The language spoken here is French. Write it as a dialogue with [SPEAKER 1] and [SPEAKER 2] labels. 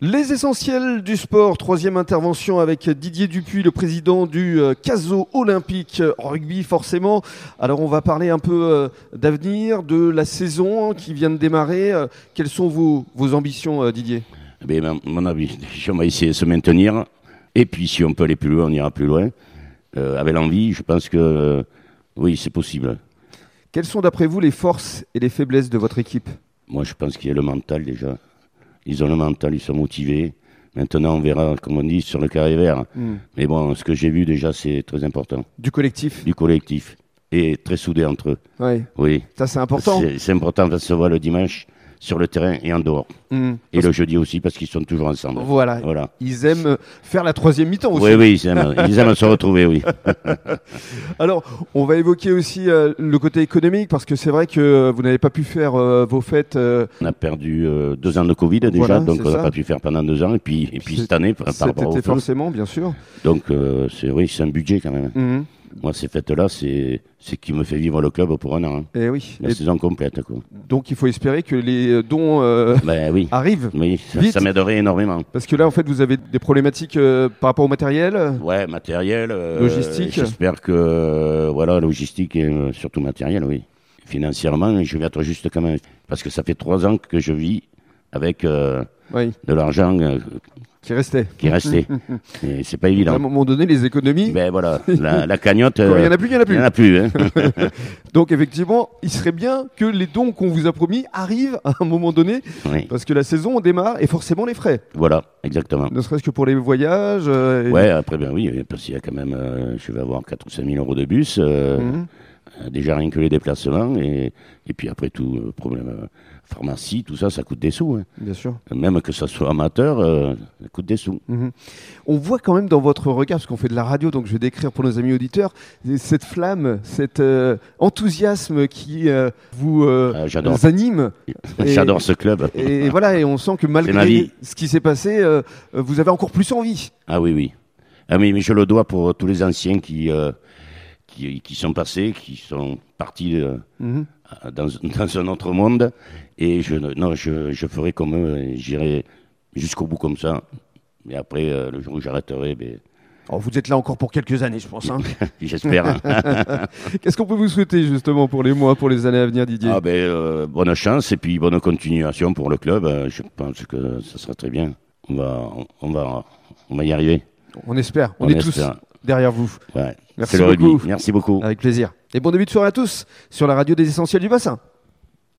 [SPEAKER 1] Les essentiels du sport, troisième intervention avec Didier Dupuis, le président du euh, CASO olympique euh, rugby forcément. Alors on va parler un peu euh, d'avenir, de la saison qui vient de démarrer. Euh, Quelles sont vos, vos ambitions euh, Didier
[SPEAKER 2] Eh bien, mon- mon avis, on va essayer de se maintenir. Et puis, si on peut aller plus loin, on ira plus loin. Euh, avec l'envie, je pense que euh, oui, c'est possible.
[SPEAKER 1] Quelles sont d'après vous les forces et les faiblesses de votre équipe
[SPEAKER 2] Moi, je pense qu'il y a le mental déjà. Ils ont le mental, ils sont motivés. Maintenant, on verra, comme on dit, sur le carré vert. Mais bon, ce que j'ai vu déjà, c'est très important.
[SPEAKER 1] du collectif
[SPEAKER 2] Du collectif. Et très soudé entre eux.
[SPEAKER 1] Ouais,
[SPEAKER 2] Oui.
[SPEAKER 1] ça c'est important.
[SPEAKER 2] C'est c'est important de se voir le dimanche sur le terrain et en dehors.
[SPEAKER 1] Hmm.
[SPEAKER 2] Et le jeudi aussi, parce qu'ils sont toujours ensemble.
[SPEAKER 1] Voilà.
[SPEAKER 2] Voilà.
[SPEAKER 1] Ils aiment euh, faire la troisième mi-temps aussi.
[SPEAKER 2] Oui, oui, ils aiment, ils aiment se retrouver, oui.
[SPEAKER 1] Alors, on va évoquer aussi euh, le côté économique parce que c'est vrai que euh, vous n'avez pas pu faire euh, vos fêtes. euh,
[SPEAKER 2] On a perdu euh, deux ans de Covid déjà,
[SPEAKER 1] Voilà,
[SPEAKER 2] donc
[SPEAKER 1] c'est
[SPEAKER 2] on
[SPEAKER 1] ça.
[SPEAKER 2] n'a pas pu faire pendant deux ans. Et puis, et puis
[SPEAKER 1] C'est-
[SPEAKER 2] cette année, par par
[SPEAKER 1] cet
[SPEAKER 2] rapport au
[SPEAKER 1] été,
[SPEAKER 2] feu.
[SPEAKER 1] forcément, bien sûr.
[SPEAKER 2] Donc, euh, c'est oui, c'est un budget quand même.
[SPEAKER 1] Mhm.
[SPEAKER 2] Moi, ces fêtes-là, c'est ce qui me fait vivre le club pour un an. hein.
[SPEAKER 1] Eh oui.
[SPEAKER 2] La
[SPEAKER 1] Et
[SPEAKER 2] saison complète, quoi.
[SPEAKER 1] donc il faut espérer que les dons euh,
[SPEAKER 2] ben oui,
[SPEAKER 1] arrivent.
[SPEAKER 2] oui ça,
[SPEAKER 1] Vite.
[SPEAKER 2] ça m'aiderait énormément.
[SPEAKER 1] Parce que là, en fait, vous avez des problématiques euh, par rapport au matériel.
[SPEAKER 2] Ouais, matériel. euh,
[SPEAKER 1] Logistique.
[SPEAKER 2] J'espère que, euh, voilà, logistique et euh, surtout matériel, oui. Financièrement, je vais être juste quand même. Parce que ça fait trois ans que je vis avec euh,
[SPEAKER 1] Oui,
[SPEAKER 2] de l'argent euh,
[SPEAKER 1] qui restait.
[SPEAKER 2] qui est resté. et c'est pas évident.
[SPEAKER 1] À un moment donné, les économies,
[SPEAKER 2] Ben voilà, la, la cagnotte.
[SPEAKER 1] quand il n'y
[SPEAKER 2] euh,
[SPEAKER 1] en a plus, il n'y en a
[SPEAKER 2] Il
[SPEAKER 1] plus.
[SPEAKER 2] n'y en a plus. Hein.
[SPEAKER 1] Donc effectivement, il serait bien que les dons qu'on vous a promis arrivent à un moment donné,
[SPEAKER 2] Oui,
[SPEAKER 1] parce que la saison, on démarre, et forcément les frais.
[SPEAKER 2] Voilà, exactement.
[SPEAKER 1] Ne serait-ce que pour les voyages. euh, et-
[SPEAKER 2] Ouais, après, ben oui, parce qu'il y a quand même, euh, je vais avoir 4 ou 5 000 euros de bus, euh,
[SPEAKER 1] Mhm.
[SPEAKER 2] euh, déjà rien que les déplacements, et, et puis après tout, euh, problème euh, pharmacie, tout ça, ça coûte des sous. hein.
[SPEAKER 1] Bien sûr.
[SPEAKER 2] Même que ça soit amateur, euh, ça coûte des sous.
[SPEAKER 1] Mhm. On voit quand même dans votre regard, parce qu'on fait de la radio, donc je vais décrire pour nos amis auditeurs, cette flamme, cet euh, enthousiasme qui euh, vous euh,
[SPEAKER 2] Ah, j'adore.
[SPEAKER 1] anime. Et-
[SPEAKER 2] J'adore ce club.
[SPEAKER 1] Et voilà, et on sent que
[SPEAKER 2] C'est ma
[SPEAKER 1] malgré
[SPEAKER 2] vie.
[SPEAKER 1] ce qui s'est passé, euh, euh, vous avez encore plus envie.
[SPEAKER 2] Ah oui, oui. Ah oui, mais je le dois pour tous les anciens qui, euh, qui, qui sont passés, qui sont partis. euh,
[SPEAKER 1] Mhm.
[SPEAKER 2] dans, dans un autre monde. Et je, ne- non, je, je ferai comme eux, et j'irai jusqu'au bout comme ça. Mais après, euh, le jour où j'arrêterai, ben,
[SPEAKER 1] Alors, Oh, vous êtes là encore pour quelques années, je pense. hein.
[SPEAKER 2] j'espère.
[SPEAKER 1] Qu'est-ce qu'on peut vous souhaiter justement pour les mois, pour les années à venir, Didier
[SPEAKER 2] ah, ben, euh, bonne chance et puis bonne continuation pour le club. Euh, Je pense que ça sera très bien. On va, on, on va, on va y arriver.
[SPEAKER 1] On espère, on,
[SPEAKER 2] On
[SPEAKER 1] est
[SPEAKER 2] espère.
[SPEAKER 1] tous derrière vous.
[SPEAKER 2] Ouais.
[SPEAKER 1] Merci
[SPEAKER 2] C'est le rugby.
[SPEAKER 1] beaucoup.
[SPEAKER 2] Merci beaucoup.
[SPEAKER 1] Avec plaisir. Et bon début de soirée à tous sur la radio des Essentiels du Bassin.